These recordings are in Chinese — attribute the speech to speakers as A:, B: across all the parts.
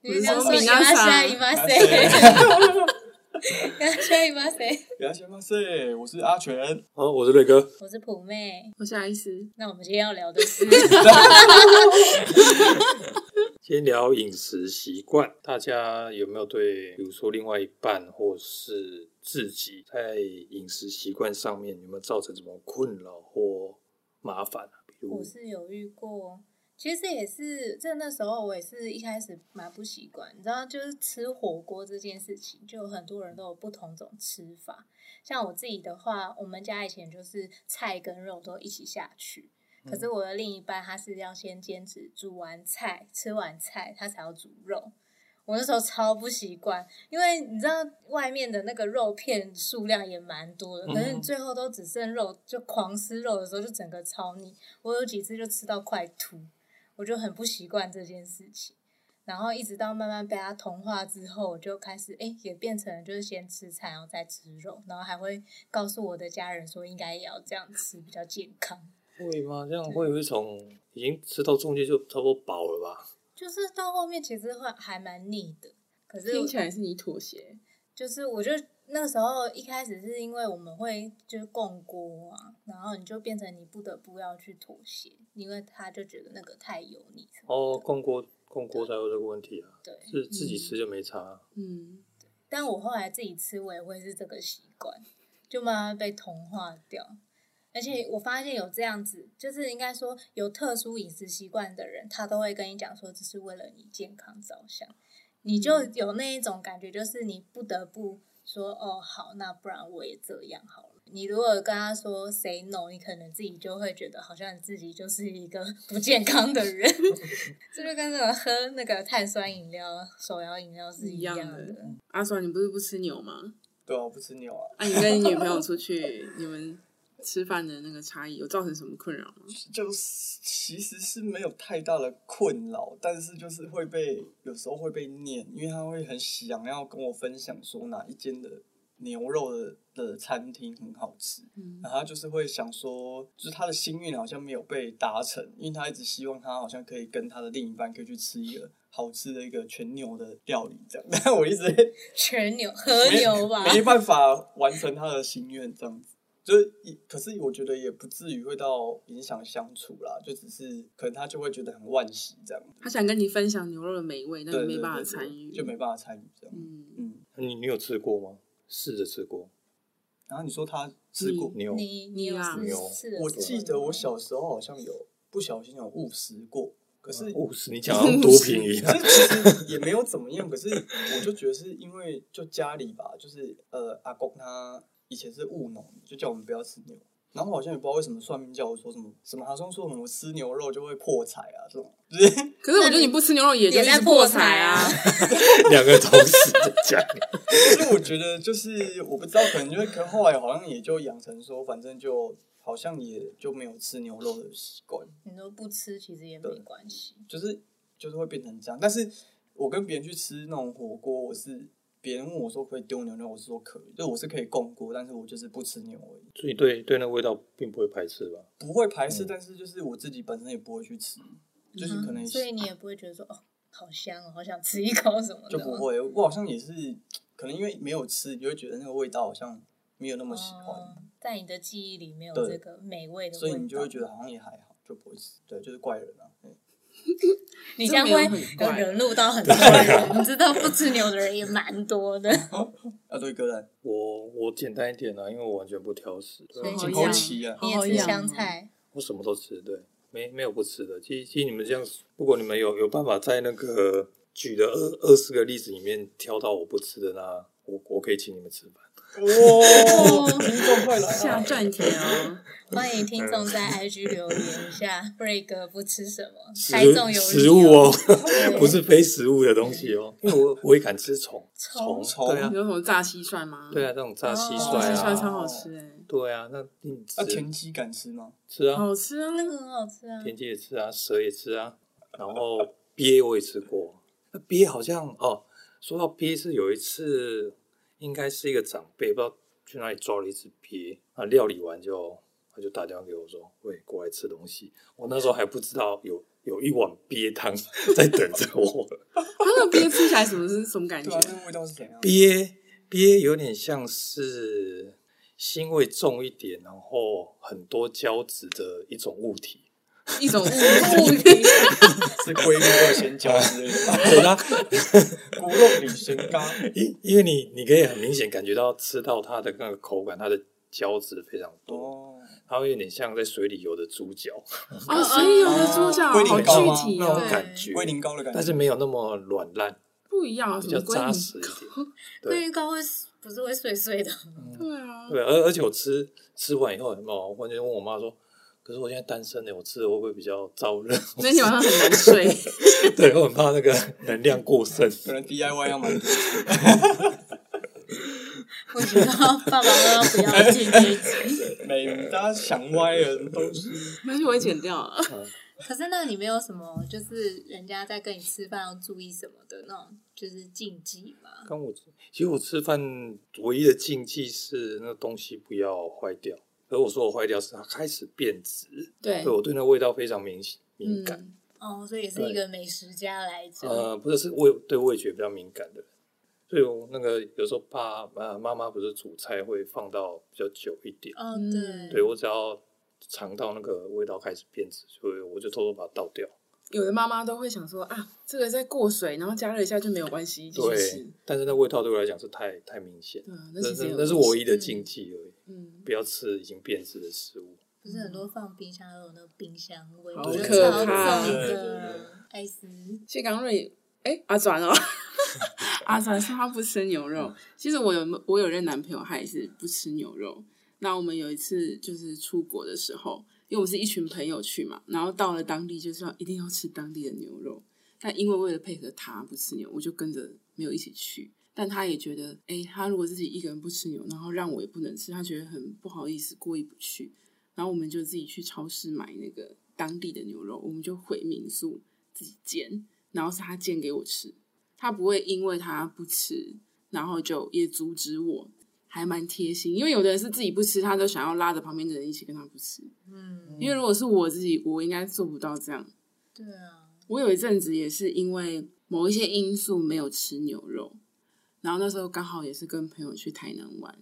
A: 你想说
B: 皆
A: い
B: さん
A: ましたいません， いらっしゃいません。
C: 感谢马塞，我是阿全。
D: 好，我是瑞哥，
A: 我是普妹，
B: 我是爱思，
A: 那我们今天要聊的是
D: 先聊饮食习惯，大家有没有对，比如说另外一半或是自己在饮食习惯上面有没有造成什么困扰或麻烦啊？比如
A: 我是有遇过，其实这也是这那时候我也是一开始蛮不习惯，你知道，就是吃火锅这件事情，就有很多人都有不同种吃法。像我自己的话，我们家以前就是菜跟肉都一起下去。可是我的另一半他是要先坚持煮完菜、吃完菜，他才要煮肉。我那时候超不习惯，因为你知道外面的那个肉片数量也蛮多的，可是你
C: 嗯
A: 最后都只剩肉，就狂吃肉的时候就整个超腻。我有几次就吃到快吐，我就很不习惯这件事情。然后一直到慢慢被他同化之后，我就开始哎、诶也变成了就是先吃菜，然后再吃肉，然后还会告诉我的家人说应该也要这样吃比较健康。
D: 会吗？这样会有一种已经吃到中间就差不多饱了吧？
A: 就是到后面其实会还蛮腻的，可是
B: 听起来是你妥协，
A: 就是我就那时候一开始是因为我们会就是共锅啊，然后你就变成你不得不要去妥协，因为他就觉得那个太油腻什么
D: 哦，
A: 的。
D: 共锅共锅才有这个问题啊，
A: 对，
D: 是自己吃就没差啊。
B: 嗯，
A: 但我后来自己吃，我也会是这个习惯，就慢慢被同化掉。而且我发现有这样子，就是应该说有特殊饮食习惯的人，他都会跟你讲说，这是为了你健康着想。你就
B: 嗯
A: 有那一种感觉，就是你不得不说，哦，好，那不然我也这样好了。你如果跟他说 say no，你可能自己就会觉得好像你自己就是一个不健康的 人， 这就跟那个喝那个碳酸饮料、手摇饮料是
B: 一
A: 嗯一
B: 样
A: 样
B: 的
A: 的。
B: 阿爽，你不是不吃牛吗？
C: 对啊，我不吃牛啊，
B: 啊，你跟你女朋友出去，你们吃饭的那个差异有造成什么困扰吗？
C: 就是其实是没有太大的困扰，但是就是会被有时候会被念，因为他会很想要跟我分享说哪一间的牛肉的的餐厅很好吃，
B: 嗯
C: 然后他就是会想说，就是他的心愿好像没有被达成，因为他一直希望他好像可以跟他的另一半可以去吃一个好吃的一个全牛的料理这样， 但我一直
A: 全牛和牛吧，
B: 啊
C: 没办法完成他的心愿，这样子。就是也，可是我觉得也不至于会到影响相处啦，就只是可能他就会觉得很惋惜这样子。
B: 他想跟你分享牛肉的美味，但
C: 对对
B: 你嗯没
C: 对
B: 办法
C: 对
B: 参与，
C: 就没办法参与这样。
B: 嗯，
C: 嗯，
D: 你你有吃过吗？试着吃过
C: 然后你说他吃过，
D: 牛，
A: 你你
B: 你
A: 有
B: 啊
A: 试
D: 牛
A: 试了
C: 我
A: 做
C: 记
A: 吗
C: 得我小时候好像有不小心有误食过，可是
D: 哦，是你讲得像毒品一样。
C: 这其实也没有怎么样，可是我就觉得是因为就家里吧，就是呃阿公他以前是务农，就叫我们不要吃牛。然后我好像也不知道为什么算命叫我说什么什么，好像说什么吃牛肉就会破财啊这种， 就是
B: 可是我觉得你不吃牛肉也就
A: 也
B: 一
A: 在
B: 直破
A: 财
B: 财啊，
D: 两个同时讲，
C: 就是我觉得就是我不知道，可能就是可能后来好像也就养成说，反正就好像也就没有吃牛肉的习惯，
A: 你说不吃其实也没关系，
C: 就是就是会变成这样。但是我跟别人去吃那种火锅，我是别人问我说可不可以丢牛肉，我是说可以，就我是可以共锅，但是我就是不吃牛而已。
D: 所以对对那味道并不会排斥吧？
C: 不会排斥，
D: 嗯
C: 但是就是我自己本身也不会去吃，就是可能
A: 嗯所以你也不会觉得说哦，好香哦，好想吃一口什么的哦
C: 就
A: 吗，
C: 不会。我好像也是，可能因为没有吃，你就会觉得那个味道好像没有那么喜欢
A: 哦，，在你的记忆里没有
C: 对
A: 这个美味的味道，
C: 所以你就会觉得好像也还好，就不会吃。对，就是怪人啊。嗯
A: 你这样
B: 这没
A: 会
B: 有很怪
A: 惹怒到很多人。你知道不吃牛的人也蛮多的，
C: 啊，对，哥人
D: 我我简单一点啊，因为我完全不挑食，
A: 所以
B: 好
C: 请
B: 养
C: 侯奇啊，
A: 你也
B: 好
A: 吃
B: 养
A: 香
B: 哦
A: 菜，
D: 我什么都吃，对，没没有不吃的。其实其实你们这样，如果你们有有办法在那个举的二二十个例子里面挑到我不吃的，那我我可以请你们吃饭。
A: 哦
C: 哇，听众快来
B: 下
C: 啊！
B: 转贴哦，
A: 欢迎听 众在 IG 留言一下，瑞哥不吃什么？
D: 食
A: 猜中有
D: 食物哦，
A: 对
D: 不是非食物的东西哦，因为我我也敢吃虫
A: 虫
C: 虫
D: 对啊
B: 有什么炸蟋蟀吗？
D: 对啊，那种炸蟋
A: 哦
D: 蟀
B: 蟋蟀
D: 啊，
B: 超好吃哎，
D: 对啊，那你吃
C: 那田鸡敢吃吗？
D: 吃
A: 哦
D: 啊，
B: 好吃啊，
A: 那个很好吃啊，
D: 田鸡也吃啊，蛇也吃啊，然后鳖我也吃过。那鳖好像哦，说到鳖是有一次，应该是一个长辈不知道去哪里抓了一只鳖啊，料理完就他就打电话给我说：“喂，过来吃东西。”我那时候还不知道有有一碗鳖汤在等着我。
B: 他那边吃起来什么是什么感觉
C: 对？啊，那个味道是怎样？
D: 鳖鳖有点像是腥味重一点，然后很多胶质的一种物体。
B: 一种物物体，
C: 是龟苓或鲜椒之类的吧，
D: 对它
C: 骨肉里鲜咖，
D: 因因为你你可以很明显感觉到吃到它的那个口感，它的胶质非常多，
C: 哦，
D: 它会有点像在水里游的猪脚
B: 哦，所以有的猪脚好
C: 龟苓膏吗
B: 具体
C: 那
B: 哦，
C: 种
D: 啊感觉，
C: 龟苓膏的感觉，
D: 但是没有那么软烂，
B: 不一样啊，
D: 比
B: 什
D: 较
B: 么龟
D: 扎
B: 苓
D: 实一
B: 膏？
D: 点。
A: 鲑
D: 对
A: 鱼膏会不是会碎碎的，
B: 对啊，
D: 对，而而且我吃吃完以后，有没有？我完全问我妈说。可是我现在单身欸呢，我吃了会不会比较燥热？
B: 所以你晚上很难睡。
D: 对，我很怕那个能量过剩。
C: 可能 DIY 要蛮多，
A: 我觉得爸爸妈妈不要进这一集。
C: 每大家想歪了都是，
B: 没事，我会剪掉啊了。
A: 可是那里面有什么，就是人家在跟你吃饭要注意什么的那种，就是禁忌嘛？
D: 刚我其实我吃饭唯一的禁忌是那东西不要坏掉，而我说我坏掉是它开始变质，
B: 对
D: 对我对那味道非常敏敏感。
B: 嗯，
A: 哦，所以也是一个美食家来讲，
D: 呃，不是是味对味觉比较敏感的人，所以我那个有时候爸呃妈妈不是煮菜会放到比较久一点，
A: 哦，
B: 嗯
A: 对，
D: 对我只要尝到那个味道开始变质，所以我就偷偷把它倒掉。
B: 有的妈妈都会想说啊，这个再过水，然后加热一下就没有关系，继续
D: 对
B: 吃。，
D: 但是那味道对我来讲是太太明显，
B: 对啊，那
D: 那
B: 其实
D: 是
B: 也
D: 那是
B: 有关
D: 我
B: 系
D: 唯一的禁忌而已，
B: 嗯，
D: 不要吃已经变质的食物。
A: 不是很多放冰箱都有那个冰箱味，
B: 好
A: 我觉得
B: 可
A: 超
B: 怕啊
A: 重
C: 对
A: 的。艾斯，
B: 谢刚瑞，哎，阿转哦，阿转说他不吃牛肉。其实我有我有任男朋友，他也是不吃牛肉。那我们有一次就是出国的时候，因为我们是一群朋友去嘛，然后到了当地就是要一定要吃当地的牛肉。但因为为了配合他不吃牛，我就跟着没有一起去。但他也觉得，哎，他如果自己一个人不吃牛，然后让我也不能吃，他觉得很不好意思，过意不去。然后我们就自己去超市买那个当地的牛肉，我们就回民宿自己煎，然后是他煎给我吃，他不会因为他不吃，然后就也阻止我，还蛮贴心。因为有的人是自己不吃，他都想要拉着旁边的人一起跟他不吃。
A: 嗯，
B: 因为如果是我自己，我应该做不到这样。
A: 对啊，
B: 我有一阵子也是因为某一些因素没有吃牛肉，然后那时候刚好也是跟朋友去台南玩，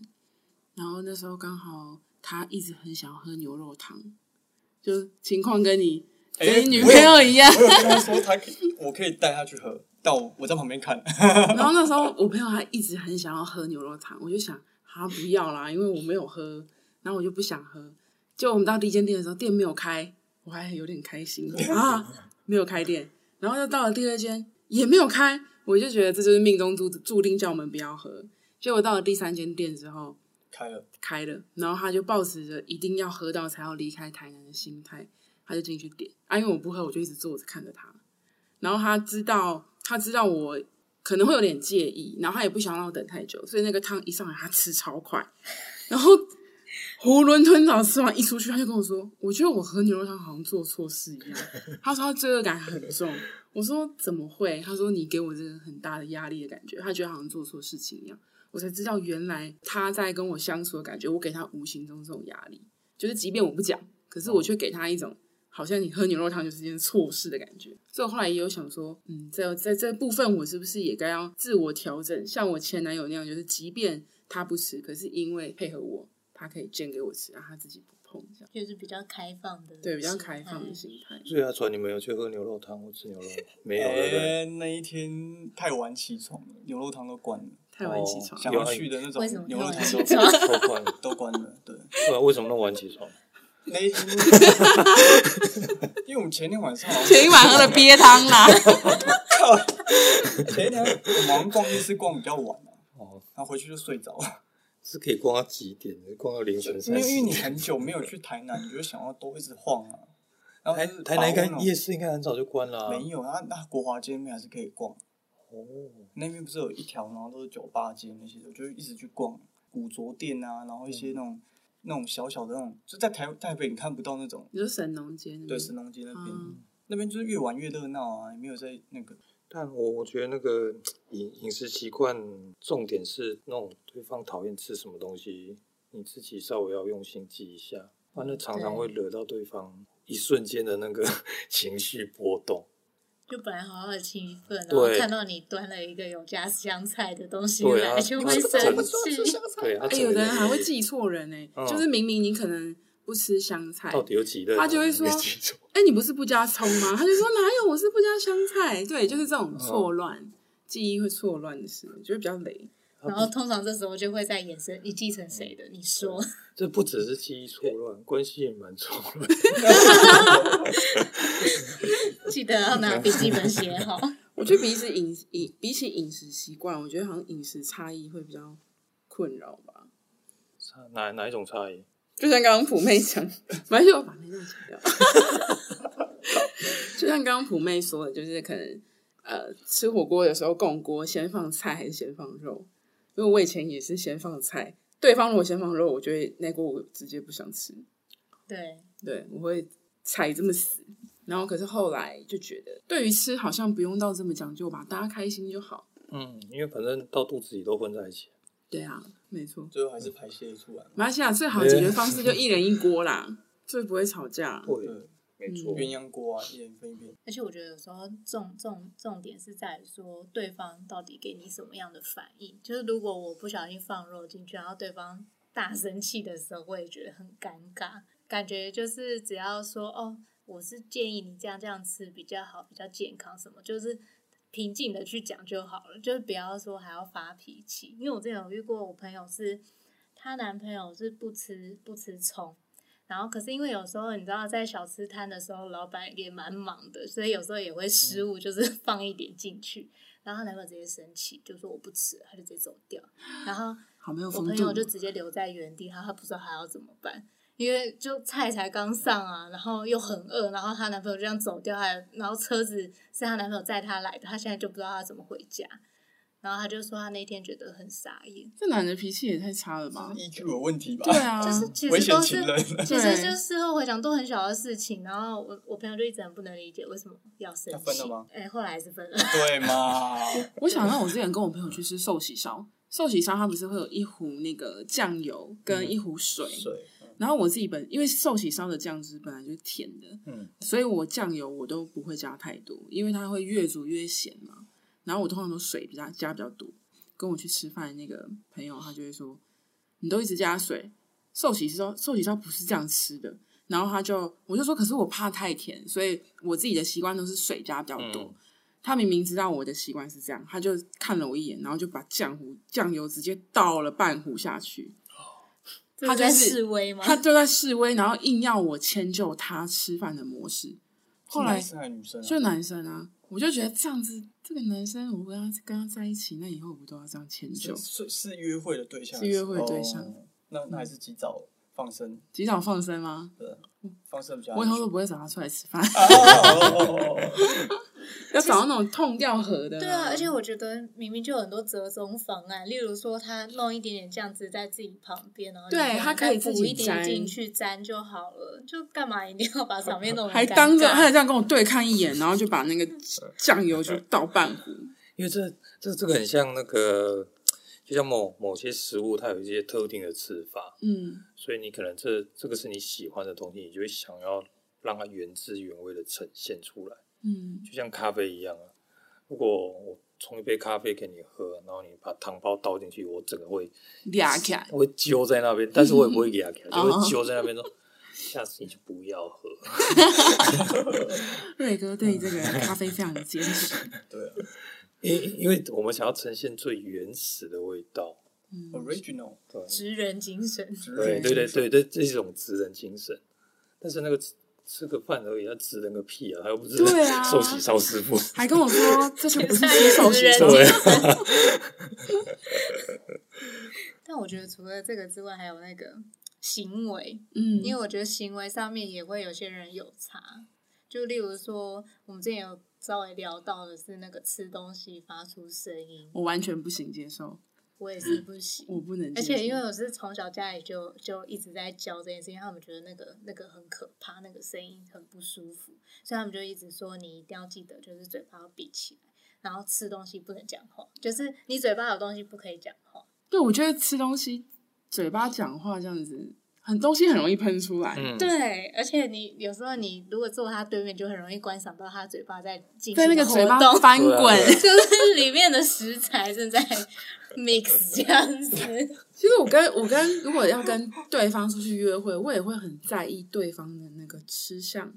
B: 然后那时候刚好他一直很想要喝牛肉汤，就情况跟你
C: 哎
B: 跟你女朋友一样。
C: 我有跟他说他可以，我可以带他去喝，但我我在旁边看，
B: 然后那时候我朋友他一直很想要喝牛肉汤，我就想他不要啦，因为我没有喝，然后我就不想喝。就我们到第一间店的时候，店没有开，我还有点开心啊，没有开店。然后又到了第二间也没有开，我就觉得这就是命中注注定叫我们不要喝。结果到了第三间店之后，
C: 开了，
B: 开了，然后他就抱持着一定要喝到才要离开台南的心态，他就进去点啊，因为我不喝，我就一直坐着看着他。然后他知道，他知道我可能会有点介意，然后他也不想让我等太久，所以那个汤一上来他吃超快，然后囫囵吞枣吃完一出去，他就跟我说：“我觉得我喝牛肉汤好像做错事一样。”他说他罪恶感很重。我说怎么会？他说你给我这个很大的压力的感觉，他觉得好像做错事情一样。我才知道原来他在跟我相处的感觉，我给他无形中这种压力，就是即便我不讲，可是我却给他一种好像你喝牛肉汤就是一件错事的感觉。所以我后来也有想说，嗯，在在这部分我是不是也该要自我调整，像我前男友那样，就是即便他不吃，可是因为配合我，他可以煎给我吃，然后他自己不碰，这样
A: 就是比较开放的，
B: 对比较开放
A: 嗯
B: 的。心态。
D: 所以阿传，你们有去喝牛肉汤或吃牛肉吗？没有，对不 对？
C: 哎，那一天太晚起床了，牛肉汤都关了，
B: 太晚起床，
C: 哦想要去的那种
A: 啊为什么
C: 牛
A: 那
C: 肉
A: 么
C: 汤
A: 紧
C: 都
A: 张？
D: 偷关了，
C: 都关了，对。
D: 不然为什么那么晚起床？
C: 那一天，因为我们前天晚上好像
B: 前一晚喝的鳖汤啦，
C: 前一天我们好像逛夜市逛比较晚啊
D: 哦，
C: 然后回去就睡着了。
D: 是可以逛到几点？逛到凌晨
C: 因为
D: 三
C: 因
D: 四
C: 为你
D: 点。
C: 很久没有去台南，你就会想要都一直晃啊。然后
D: 台
C: 就是
D: 台
B: 哦
D: 南应该
C: 把握那种
D: 夜市应该很早就关了、啊。
C: 没有啊，那国华街那边还是可以逛，
D: 哦，
C: 那边不是有一条，然后都是酒吧街那些的，我就一直去逛古着店啊，然后一些那种、那种小小的那种，就在台台北你看不到那种，
B: 你说神农街那边
C: 对，神农街那边，
B: 嗯
C: 那边就是越玩越热闹啊，也没有在那个
D: 但我我觉得那个饮饮食习惯，重点是那种对方讨厌吃什么东西，你自己稍微要用心记一下。啊，那常常会惹到对方一瞬间的那个 情绪波动。
A: 就本来好好的气氛，然
D: 对
A: 后看到你端了一个有加香菜的东西
D: 对啊
A: 来，就会
D: 这
A: 生
D: 这
A: 气。
D: 对，他
B: 哎，
D: 整
B: 有
D: 个
B: 的人
D: 人
B: 还会
D: 也
B: 记错人呢、
D: 嗯
B: 就是明明你可能不吃香菜，
D: 到底有几任啊，
B: 他就会说
D: 你记住
B: 哎、你不是不加葱吗？他就说哪有，我是不加香菜。对，就是这种
D: 嗯
B: 错乱、记忆会错乱的事，就会比较累。
A: 然后通常这时候就会在眼神，你继承谁的？你说，
D: 这不只是记忆错乱，关系也蛮错乱。
A: 记得要拿笔记本写好。
B: 我觉得比起饮饮比起饮食习惯，我觉得好像饮食差异会比较困扰吧。
D: 差哪哪一种差异？
B: 就像刚刚普妹讲，反正我把那段剪掉。 就像刚刚普妹说的，就是可能呃吃火锅有时候共锅先放菜还是先放肉，因为我以前也是先放菜，对方如果先放肉，我就会那锅我直接不想吃。
A: 对，
B: 对，我会踩这么死。然后可是后来就觉得，对于吃好像不用到这么讲究吧，大家开心就好。
D: 嗯，因为反正到肚子里都混在一起。
B: 对啊，没错。
C: 最后还是排泄出来嘛。
B: 马来西亚最好的解决方式就一人一锅啦，最不会吵架。
D: 对，
C: 对，
D: 没
B: 错
C: 鸳鸯锅啊，一人分一 边。
A: 而且我觉得有时候重重重点是在于说对方到底给你什么样的反应。就是如果我不小心放肉进去，然后对方大生气的时候，我也觉得很尴尬。感觉就是只要说哦，我是建议你这样这样吃比较好，比较健康什么，就是平静的去讲就好了，就是不要说还要发脾气。因为我之前有遇过，我朋友是她男朋友是不吃不吃葱，然后可是因为有时候你知道在小吃摊的时候，老板也蛮忙的，所以有时候也会失
C: 嗯
A: 误，就是 放一点进去。然后她男朋友直接生气，就说我不吃了，他就直接走掉。然 后
B: 好没有
A: 我
B: 风
A: 朋
B: 度
A: 友。就直接留在原地，然后她不知道还要怎么办，因为就菜才刚上啊，然后又很饿，然后她男朋友就这样走掉，还然后车子是她男朋友载她来的，她现在就不知道她怎么回家，然后她就说她那天觉得很傻眼，
B: 这男的脾气也太差了吧？
C: EQ E 有问题吧？
B: 对，啊，
A: 就是其
C: 嗯危
A: 实
C: 险
A: 都
C: 情
A: 是
C: 人。
A: 其实就
B: 对
A: 是事后回想都很小的事情，然后我我朋友就一直很不能理解为什么要生
C: 要
A: 气，
C: 分了吗
A: 哎、后来还是分了，
C: 对嘛？
B: 我想到我之前跟我朋友去吃寿喜烧，寿喜烧它不是会有一壶那个酱油
A: 嗯
B: 跟一壶水，
C: 水，嗯
B: 然后我自己本因为寿喜烧的酱汁本来就是甜的，
C: 嗯，
B: 所以我酱油我都不会加太多，因为它会越煮越咸嘛。然后我通常都水比较加比较多。跟我去吃饭的那个朋友，他就会说：“你都一直加水，寿喜烧寿喜烧不是这样吃的。”然后他就我就说：“可是我怕太甜，所以我自己的习惯都是水加比较多。
D: 嗯
B: 他明明知道我的习惯是这样，他就看了我一眼，然后就把酱糊酱油直接倒了半壶下去。
A: 这
B: 他
A: 是
B: 就
A: 在
B: 是
A: 示威吗？
B: 他就在示威，然后硬要我迁就他吃饭的模式。后来
C: 是男生还是女生啊，，
B: 就男生啊，我就觉得这样子，这个男生我跟他跟他在一起，那以后我都要这样迁就
C: 是
B: 是
C: 是约会的对象，
B: 是约会的对象
C: 哦那那还是及早放生，
B: 及早放生吗？
C: 对，放生比
A: 啊
C: 较安
B: 我以后都
C: 全。
B: 不会找他出来吃 饭，
C: 哦，
B: 要找到那种痛掉河的。
A: 对啊，而且我觉得明明就有很多折中方案，例如说他弄一点点酱汁在自己旁边，然后
B: 对
A: 你可能
B: 他可以自
A: 再
B: 己
A: 补一点
B: 沾
A: 进去沾就好了，就干嘛一定要把场面弄得
B: 还
A: 尴
B: 当着
A: 尬
B: 还这样跟我对看一眼，然后就把那个酱油就倒半壶。
D: 因为这这这个很像那个，就像某某些食物，它有一些特定的吃法，
B: 嗯，
D: 所以你可能这这个是你喜欢的东西，你就会想要让它原汁原味的呈现出来，
B: 嗯，
D: 就像咖啡一样啊。如果我冲一杯咖啡给你喝，然后你把糖包倒进去，我整个会
B: 俩起来，
D: 我会揪在那边，但是我也不会给他开，
B: 哦
D: 就会揪在那边说，下次你就不要喝。
B: 瑞哥对这个咖啡非常的 坚持。
C: 对啊
D: 因因为我们想要呈现最原始的味道，
B: 嗯，
C: ，original，
D: 对
A: 职人精神，
D: 对
B: 对
D: 对对对对，这是一种职人精神。但是那个吃吃个饭而已，他职人个屁啊！他又不是
B: 对 啊
D: 寿喜烧师 傅，
B: 还跟我说这就不是吃寿喜 烧，
A: 对
D: 对，
A: 但我觉得除了这个之外，还有那个行为，
B: 嗯，
A: 因为我觉得行为上面也会有些人有差，就例如说我们之前有稍微聊到的是那个吃东西发出声音，
B: 我完全不行接受，
A: 我也是不行。
B: 我不能接
A: 而
B: 受。
A: 且因为我是从小家里就就一直在教这件事情，他们觉得那个那个很可怕，那个声音很不舒服，所以他们就一直说你一定要记得，就是嘴巴要闭起来，然后吃东西不能讲话，就是你嘴巴有东西不可以讲话。
B: 对，我觉得吃东西嘴巴讲话这样子很东西很容易喷出来。
D: 嗯，
A: 对，而且你有时候你如果坐他对面，就很容易观赏到他嘴巴在进
B: 在
A: 行
B: 那个
A: 活
B: 嘴巴
A: 动，
B: 翻
D: 对啊
B: 滚，
D: 对
A: 就
D: 啊
A: 是里面的食材正在 mix 这样子。
B: 其实我跟我跟如果要跟对方出去约会，我也会很在意对方的那个吃相。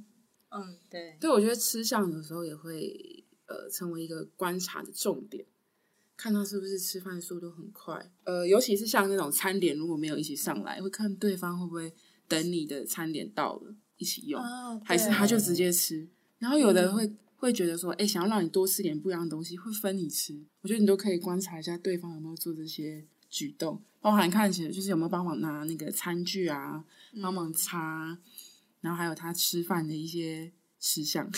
A: 嗯，对，
B: 对，我觉得吃相有时候也会呃成为一个观察的重点，看他是不是吃饭速度很快。呃，尤其是像那种餐点如果没有一起上来，会看对方会不会等你的餐点到了一起用，
A: 哦
B: 还是他就直接吃。然后有的会、会觉得说，哎、想要让你多吃点不一样的东西，会分你吃。我觉得你都可以观察一下对方有没有做这些举动，包含看起来就是有没有帮忙拿那个餐具啊，帮忙擦，然后还有他吃饭的一些吃相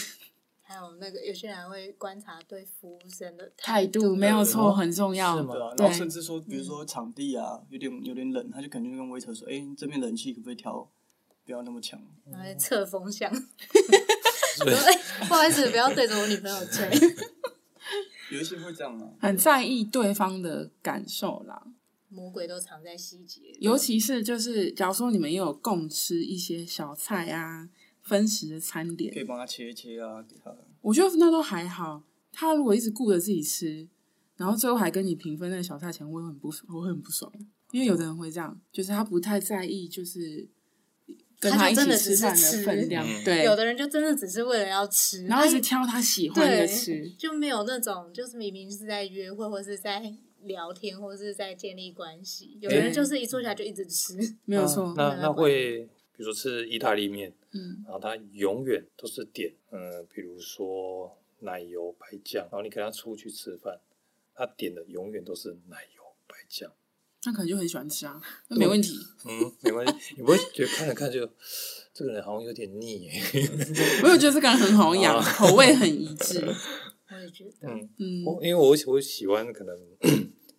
A: 还有那个有些人还会观察对服务生的
B: 态度，没有错，很重
D: 是
B: 要
D: 吗。
C: 对啊，
B: 对嗯
C: 然后甚至说，比如说场地啊，有点有点冷，他就可能就跟 waiter 说：“哎、这边冷气可不可以调，不要那么强
A: 然后在测风向。说哎、不好意思，不要 对着我女朋友吹。
C: 有一些会这样啊。
B: 很在意对方的感受啦，
A: 魔鬼都藏在细节里。
B: 尤其是就是，假如说你们也有共吃一些小菜啊、分食的餐点
C: 可，以帮他切一切啊，给他。
B: 我觉得那都还好。他如果一直顾着自己吃，然后最后还跟你平分那个小菜钱，我也很不我会很不爽。因为有的人会这样，就是他不太在意，就是跟
A: 他就
B: 一
A: 真的
B: 起
A: 只
B: 吃
A: 是
B: 饭
A: 吃
B: 的分量，
D: 嗯
B: 对。
A: 有的人就真的只是为了要吃，
B: 然后一直
A: 他
B: 挑他喜欢的
A: 对
B: 吃，
A: 就没有那种就是明明是在约会，或是在聊天，或是在建立关系。有的人就是一坐下就一直吃，
B: 没有错。
D: 嗯那
A: 慢
D: 那
A: 慢
D: 会，比如说吃意大利面，
B: 嗯，
D: 然后他永远都是点，嗯，比如说奶油白酱，然后你跟他出去吃饭，他点的永远都是奶油白酱。
B: 那可能就很喜欢吃啊，那没问题。
D: 嗯，没关系，你不会觉得看着看着就这个人好像有点腻 耶？
B: 我有觉得这个人很好养，
D: 啊
B: 口味很一致。
A: 我也觉得。
D: 嗯，
B: 嗯
D: 我因为我喜我喜欢可能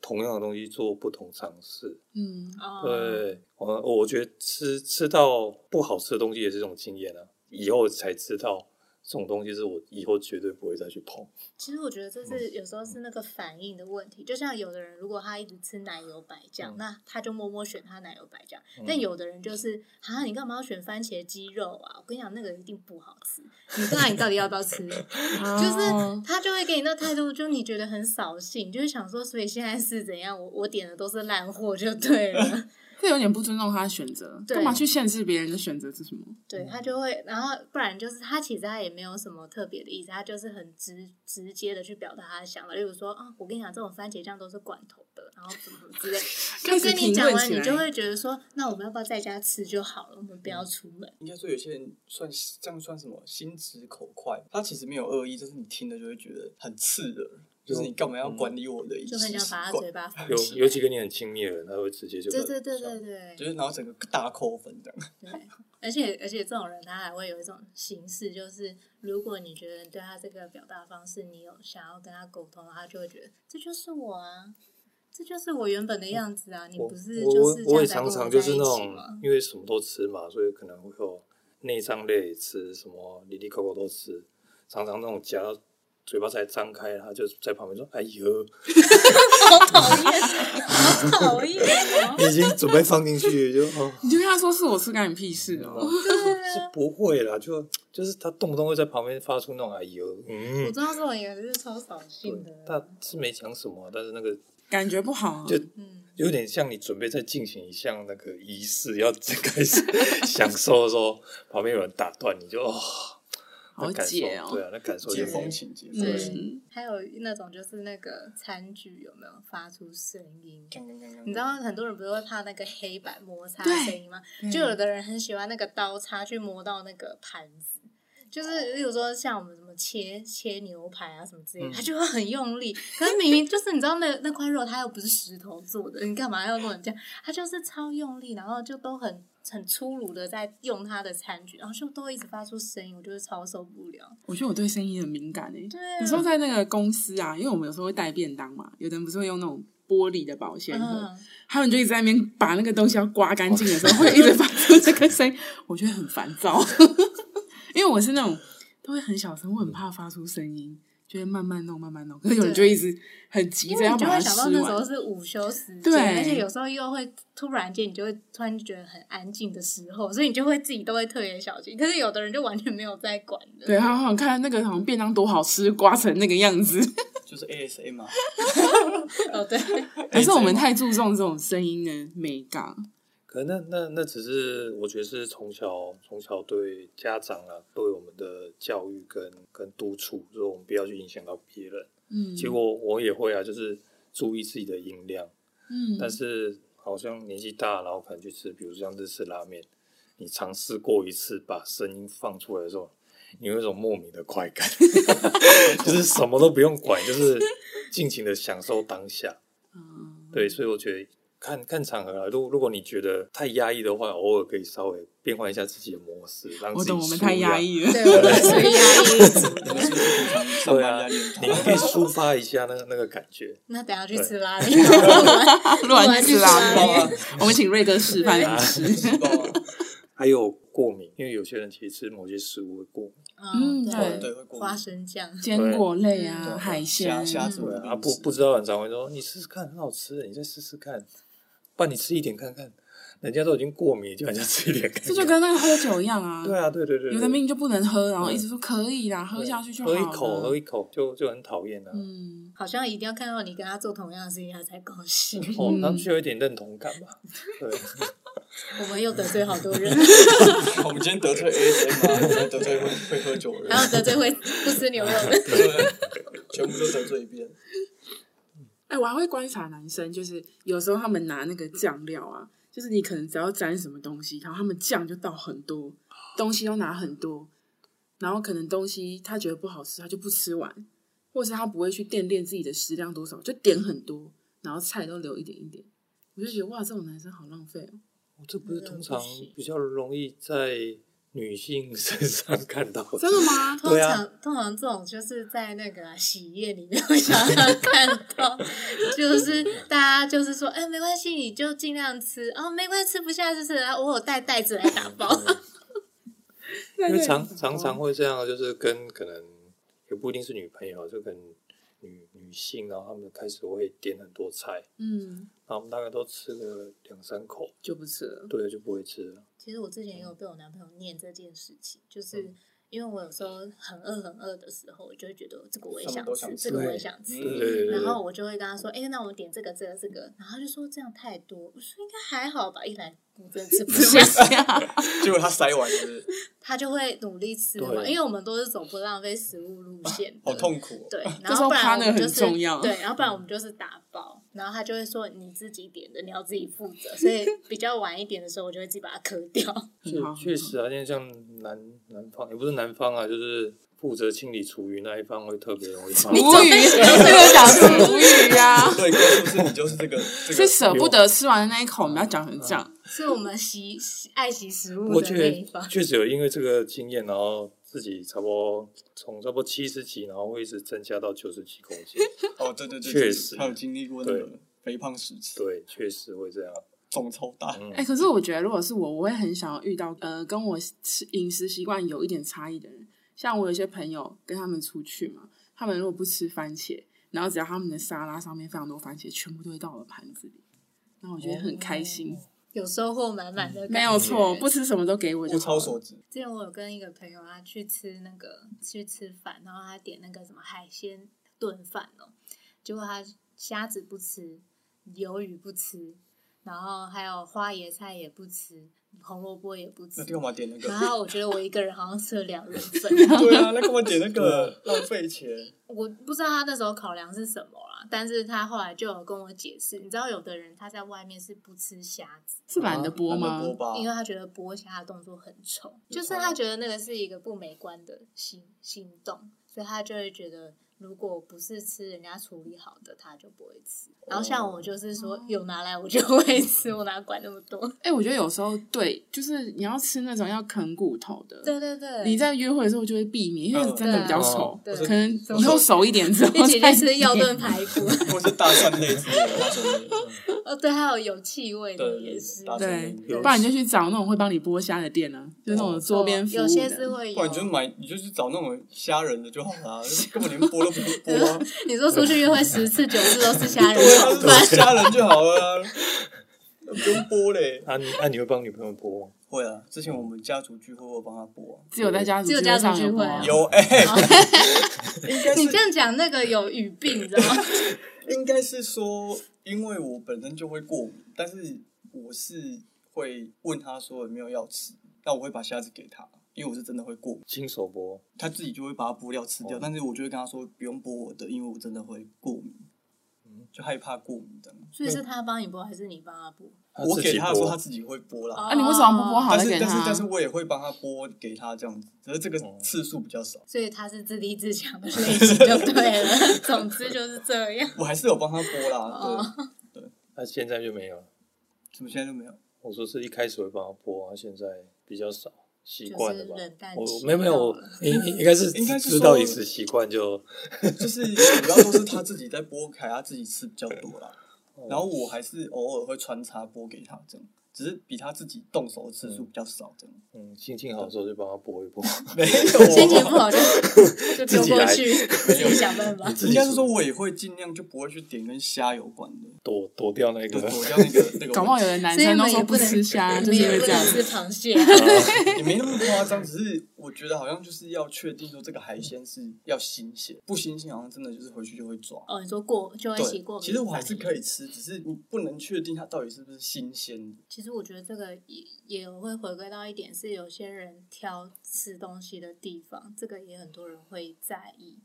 D: 同样的东西做不同尝试。
B: 嗯，
A: 哦，
D: 对，我我觉得吃吃到不好吃的东西也是一种经验啊，以后才知道这种东西是我以后绝对不会再去碰。
A: 其实我觉得这是有时候是那个反应的问题。就像有的人，如果他一直吃奶油白酱，
D: 嗯
A: 那他就默默选他奶油白酱；但有的人就是啊，你干嘛要选番茄鸡肉啊？我跟你讲，那个一定不好吃。你那你到底要不要吃？就是
B: 哦
A: 他就会给你那态度，就你觉得很扫兴，就是想说，所以现在是怎样？我我点的都是烂货就对了。
B: 这有点不尊重他的选择，
A: 对
B: 干嘛去限制别人的选择是什么？
A: 对
B: 嗯
A: 他就会，然后不然就是他其实他也没有什么特别的意思，他就是很直直接的去表达他的想法，例如说啊，我跟你讲，这种番茄酱都是罐头的，然后怎么怎么之 类。
B: 开
A: 就
B: 始
A: 跟你
B: 评
A: 讲
B: 论
A: 完，
B: 起
A: 你
B: 来嗯
A: 就会觉得说，那我们要不要在家吃就好了，我们不要出门。
C: 应该说有些人算这样算什么心直口快，他其实没有恶意，就是你听了就会觉得很刺耳，就是你干嘛
D: 嗯
C: 要管理我的饮
A: 就
C: 食
A: 很想
C: 习
A: 把他
C: 惯？
A: 嘴巴封
D: 有
A: 起来。
D: 尤其跟你很亲密的人，他会直接就
A: 对对对
D: 想
A: 对对
C: 就是然后整个大扣分这样。
A: 对， 而且而且这种人他还会有一种形式，就是如果你觉得对他这个表达方式你有想要跟他沟通，他就会觉得这就是我啊，这就是我原本的样子啊，你
D: 我
A: 不是
D: 我
A: 就是这
D: 我我
A: 样
D: 也
A: 才跟我
D: 常常就
A: 在
D: 是
A: 一
D: 那
A: 起
D: 种
A: 吗？，
D: 因为什么都吃嘛，所以可能会有内脏类吃，什么里里口口都吃，常常那种夹到嘴巴才张开，他就在旁边说：“哎呦，
A: 好讨厌，好讨厌哦！
D: 已经准备放进去，就哦，
B: 你就跟他说是我吃，干你屁事哦。
D: 是不会啦，就就是他动不动会在旁边发出那种哎呦，
A: 我
D: 嗯，
A: 知道这种也是超扫兴
D: 对
A: 的，，
D: 他是没讲什么，但是那个
B: 感觉不好啊，
D: 就
A: 嗯，
D: 有点像你准备在进行一项那个仪式，要开始享受的时候，旁边有人打断你就哦，
B: 好
D: 那感受
B: 解哦
D: 对啊，那感受
C: 解
D: 就
C: 风情，解风
A: 对
C: 情，
B: 嗯
A: 还有那种就是那个餐具有没有发出声音？
C: 刚刚刚刚，
A: 你知道很多人不是会怕那个黑板摩擦
B: 对
A: 声音吗？
B: 对
A: 就有的人很喜欢那个刀叉去磨到那个盘子，就是例如说像我们什么切切牛排啊什么之类的，
D: 嗯
A: 他就会很用力。可是明明就是你知道那那块肉它又不是石头做的，你干嘛要弄成这样？他就是超用力，然后就都很很粗鲁的在用他的餐具，然后就都一直发出声音，我就是超受不了。
B: 我觉得我对声音很敏感诶、
A: 对啊
B: 有时候在那个公司啊，因为我们有时候会带便当嘛，有的人不是会用那种玻璃的保鲜盒，
A: 嗯，
B: 他们就一直在那边把那个东西要刮干净的时候，会一直发出这个声音，我觉得 很烦躁。因为我是那种都会很小声，我很怕发出声音，就会慢慢弄，慢慢弄。可是有人就一直很急
A: 因
B: 着
A: 为
B: 要
A: 你就
B: 把它
A: 会想到
B: 吃
A: 那时候
B: 完。
A: 是午休时
B: 对
A: 间，而且有时候又会突然间，你就会突然觉得很安静的时候，所以你就会自己都会特别小心。可是有的人就完全没有在管的，
B: 对，他好像看那个好像便当多好吃，刮成那个样子。
C: 就是 ASM 嘛，
A: 哦 对，
B: 可是我们太注哎重这种声音的美感。
D: 可能那那那只是我觉得是从小从小对家长啊对我们的教育跟跟督促，就是我们不要去影响到别人。
B: 嗯，
D: 其实我我也会啊，就是注意自己的音量，
B: 嗯，
D: 但是好像年纪大，然后可能去吃，比如像日式拉面，你尝试过一次把声音放出来的时候，你有一种莫名的 快感，就是什么都不用管，就是尽情的享受当下。
B: 嗯
D: 对，所以我觉得看看场合啊，如如果你觉得太压抑的话，偶尔可以稍微变换一下自己的模式，让
B: 我
D: 自己啊
B: 懂，我们太
D: 舒
B: 压
D: 压。
B: 抑了。
A: 对，我们所以压力
C: 那个是不是平常上
D: 对
C: 班
D: 啊
C: 压力很，
D: 你
C: 大？
D: 可以抒发一下那个那个感觉。
A: 那等下去吃拉面，乱
B: 乱
A: 吃
B: 吃
A: 拉
B: 拉
A: 面
B: 面。 我们请瑞哥示范
A: 对
B: 一次。
C: 吃饱啊
D: 还有过敏，因为有些人其实吃某些食物会过敏。
A: 嗯，
B: 对
C: 对，会过
A: 花
C: 敏。
A: 生酱，
B: 坚果类
C: 对
B: 啊，
C: 对
B: 海
C: 虾
B: 鲜，
C: 虾子
D: 对啊，
C: 我
D: 啊不不知道的人常会说哦你试试看，很好吃，你再试试看，不然你吃一点看看，人家都已经过敏，就人家吃一点看看。
B: 这就跟那个喝酒一样啊。
D: 对啊，对对对，
B: 有的
D: 对
B: 明明就不能喝，然后
D: 对
B: 一直说可以啦，喝下去就好
D: 喝
B: 了。
D: 一口，啊喝一口就就很讨厌啊。
B: 嗯，
A: 好像一定要看到你跟他做同样的事情，他才高兴。
D: 哦，
B: 嗯
D: 他们需要一点认同感 吧？对，
A: 我们又得罪好多 人，
C: 我们今天得罪 ASM 啊，得罪会会喝酒的人
B: 啊
A: 还，有得罪会不吃牛肉的。
C: 对，全部都得罪一遍。
B: 哎，我还会观察男生，就是有时候他们拿那个酱料啊，就是你可能只要沾什么东西，然后他们酱就倒很多，东西都拿很多，然后可能东西他觉得不好吃，他就不吃完，或是他不会去掂量自己的食量多少，就点很多，然后菜都留一点一点。我就觉得哇，这种男生好浪费哦。
D: 这不是通常
A: 不行
D: 比较容易在女性身上看到的
B: 真。的吗？
A: 通
D: 对啊
A: 常、通常这种就是在那个啊、喜宴里面会 常常看到，就是大家就是说，哎、没关系，你就尽量吃哦，没关系，吃不下就是啊，我有带袋子来打
D: 嗯
A: 包。
D: 因 为常常常会这样，就是跟可能也不一定是女朋友，就跟女女性，然后他们开始会点很多菜，
B: 嗯，
D: 然后我们大概都吃个两三口，
B: 就不吃 了。
D: 对，就不会吃了。
A: 其实我之前也有被我男朋友念这件事情，
D: 嗯
A: 就是因为我有时候很饿很饿的时候，我就会觉得这个我也
C: 什么
A: 想
C: 都想
A: 吃，这个
D: 吃
A: 我也想吃。
D: 对对对
A: 然
D: 对
A: 后我就会跟他说：“哎、那我们点这个、这个、这个。”然后他就说：“这样太多。”我说：“应该还好吧。”一来我真的吃不下，
B: 啊
C: 结果他塞完是不是，
A: 他就会努力吃完，
D: 对
A: 因为我们都是走不浪费食物路线的，
C: 好痛苦哦。
A: 对，然
B: 这时
A: 后
B: 候
A: 不然我们
B: partner
A: 就
B: 很
A: 是
B: 重要
A: 对，然后不然我们就是打包，然后他就会说你自己点的，你要自己负责，所 以比较晚一点的时候，我就会自己把它磕掉。
B: 很好，
D: 确实啊，因为像南南方也不是南方啊，就是负责清理厨余那一方会特别容易发
B: 很
D: 生。
B: 好。无语，这个讲是无语啊呀。
C: 对，哥是不是你就是这个这
B: 是
C: 个？
B: 舍不得吃完的那一口，我们要讲成这样。
A: 是我们习习爱惜食物
D: 我
A: 的那
D: 确
A: 一方，
D: 确实有因为这个经验，然后自己差不多从差不多七十几，然后会一直增加到九十几公 斤。
C: 哦，对对对，
D: 确实
C: 他有经历过那个
D: 对
C: 肥胖时期，
D: 对，确实会这样。
C: 肿超大。
D: 嗯
B: 哎、，可是我觉得，如果是我，我会很想要遇到呃，跟我吃饮食习惯有一点差异的人。像我有些朋友跟他们出去嘛，他们如果不吃番茄，然后只要他们的沙拉上面非常多番茄，全部都会到我的盘子里，然后我觉得很开心。
C: 哦
A: 有收获满满的感觉。
B: 没有 错，不吃什么都给我就
C: 不
B: 好了
C: 超所值，
A: 之前我有跟一个朋友啊去吃那个去吃饭，然后他点那个什么海鲜炖饭哦，结果他虾子不吃，鱿鱼不吃，然后还有花椰菜也不吃，红萝卜也不吃
C: 那。干嘛点那
A: 然
B: 啊
C: 个？
A: 后我觉得我一个人好像吃了两人份，
C: 对啊，那干嘛点那 个？
D: 啊
C: 浪费钱。
A: 我不知道他那时候考量是什么啦，但是他后来就有跟我解释，你知道有的人他在外面是不吃虾子，
B: 是懒得剥
C: 啊懒
B: 吗？
C: 得剥吧
A: 因为他觉得剥虾的动作很丑，就是他觉得那个是一个不美观的行行动，所以他就会觉得如果不是吃人家处理好的，他就不会吃。然后像我就是说有拿来我就会吃，我哪管那么多？
B: 哎、我觉得有时候对，就是你要吃那种要啃骨头的，
A: 对对对，
B: 你在约会的时候就会避免，因为
C: 嗯哦
B: 真的比较
D: 对啊
B: 丑，
A: 对
B: 可能以后熟一点之后
A: 并且
B: 再
A: 就是要
B: 点
A: 炖排骨，
C: 或是大蒜类之类的，大蒜类。
A: 哦，对，还有有气味的
C: 对
A: 也是，
C: 打成
B: 对
C: 人，
D: 有
B: 不然你就去找那种会帮你剥虾的店啊，就那
C: 哦
B: 种桌边服务的。
A: 有些是会
C: 不
A: 有
C: 然你就买，你就去找那种虾仁的就好了啊，根本连剥都不会剥 啊，
A: 你说出去约会十次九次都是虾 仁
C: 对啊，
A: 怎
C: 就
A: 么办？
C: 是虾仁就好了啊，不用剥嘞。
D: 啊，你啊，你会帮女朋友剥吗？
C: 会啊，之前我们家族聚会我帮他剥啊，
B: 只有在家族
A: 只有
B: 聚
A: 家
B: 会
A: 族
B: 上
A: 聚
B: 有
A: 会
B: 剥啊
A: 啊
C: 有哎、 应该
A: 你
C: 是
A: 这样讲，那个有语病，你知道吗？
C: 应该是说，因为我本身就会过敏，但是我是会问他说有没有要吃，那我会把虾子给他，因为我是真的会过敏，
D: 亲手剥，
C: 他自己就会把它剥掉吃掉，
D: 哦
C: 但是我就会跟他说不用剥我的，因为我真的会过敏，就害怕过敏这样。
A: 所以是他帮你剥，还是你帮他剥？
D: 他
C: 我
D: 自己
C: 给他的时候，他
D: 剥，
C: 自己会剥啦。
A: 哦
B: 啊，你为什么不剥好
C: 但是
B: 再给
C: 但是
B: 他
C: 但是？我也会帮他剥给他这样子，只是这个次数比较少，
A: 所以他是自立自强的类型就对 了。总之就是这样。
D: 哦
C: 我还是有帮他剥
B: 哦
C: 啦。对，
D: 他现在就没有了。
C: 怎么现在就没有？
D: 我说是一开始会帮他剥，他现在比较少，习
A: 就是
D: 惯了吧
A: 冷淡？
D: 我
A: 期
D: 没有没有，
A: 到
D: 我
A: 了
D: 应 应应该是
C: 应该是
D: 知道
C: 说
D: 饮食习惯就
C: 就是主要都是他自己在剥开，他自己吃比较多啦。
D: 哦
C: 然后我还是偶尔会穿插剥给他这样，只是比他自己动手的次数比较少 这样。
D: 嗯心情好的时候就帮他剥一剥。
C: 没
A: 心情
C: 有啊
A: 不 好就就丢过去，自己想办法
D: 你。自己
C: 应该是说我也会尽量就不会去点跟虾有关的，
D: 躲躲掉那
C: 就
D: 个，
C: 躲掉那个 那个问题。
B: 搞不好有的 男
A: 所以
B: 生
A: 你
B: 都
A: 们
B: 说
A: 也不能
B: 吃虾，就是
A: 你
B: 因
A: 也
B: 为
A: 不
B: 这样
A: 能。吃螃 蟹、
C: 也没那么夸张，只是我觉得好像就是要确定说这个海鲜是要新鲜，不新鲜好像真的就是回去就会抓。
A: 哦，你说过就会起
C: 对，
A: 过敏。
C: 其实我还是可以吃，只是你不能确定它到底是不是新鲜的。
A: 其实我觉得这个也也会回归到一点，是有些人挑吃东西的地方，这个也很多人会在意。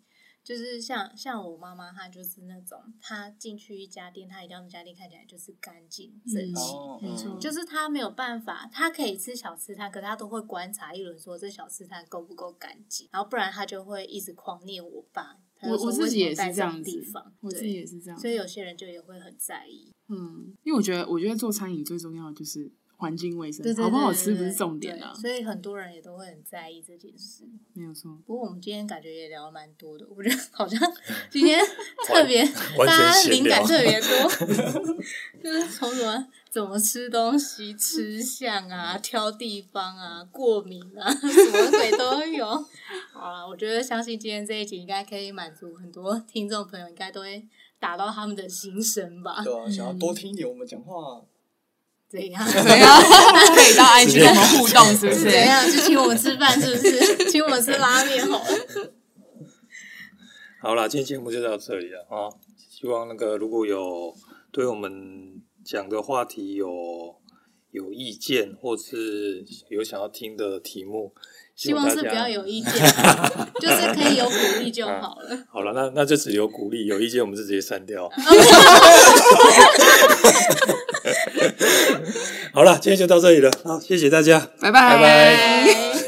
A: 就是像像我妈妈，她就是那种，她进去一家店，她一定要那家店看起来就是干净整
B: 嗯
A: 齐，
C: 哦，
B: 没错
A: 就是她没有办法，她可以吃小吃摊，可是她都会观察一轮，说这小吃摊够不够干净，然后不然她就会一直狂念我爸。她就
B: 我
A: 说
B: 我自己
A: 为什么
B: 也是
A: 在
B: 这样
A: 种地
B: 子
A: 方，，
B: 我
A: 对
B: 自己也是这样。
A: 所以有些人就也会很在意。
B: 嗯，因为我觉得，我觉得做餐饮最重要的就是环境卫生
A: 对，对
B: 好不好
A: 对
B: 吃
A: 对
B: 不是
A: 对
B: 重点
A: 对
B: 啊，
A: 所以很多人也都会很在意这件事。
B: 没有错。
A: 不过我们今天感觉也聊了蛮多的，我觉得好像今天 特别
D: 完
A: 大
D: 全
A: 家
D: 闲
A: 灵感
D: 聊
A: 特别多， 就是从什么怎么吃东西、吃相啊、挑地方啊、过敏啊，什么鬼都有。好了，我觉得相信今天这一集应该可以满足很多听众朋友，应该都会打到他们的心声吧？
C: 对啊，想要多听一点我们讲话，
A: 怎样？
B: 怎样？可以到 IG 跟我们互动，是不
A: 是
B: 是
A: 怎？样？就请我们吃饭是不 是？请我们吃拉面好了。
D: 好啦，今天节目就到这里了啊！希望那个如果有对我们讲的话题有有意见，或是有想要听的题目，
A: 希望
D: 大
A: 是不要
D: 家
A: 有意 见，就是可以有鼓励就好了。
D: 好了，那那就只留鼓励，有意见我们就直接删 掉。好了，今天就到这里了，好，谢谢大家，
B: 拜
D: 拜拜
A: 拜
C: 哎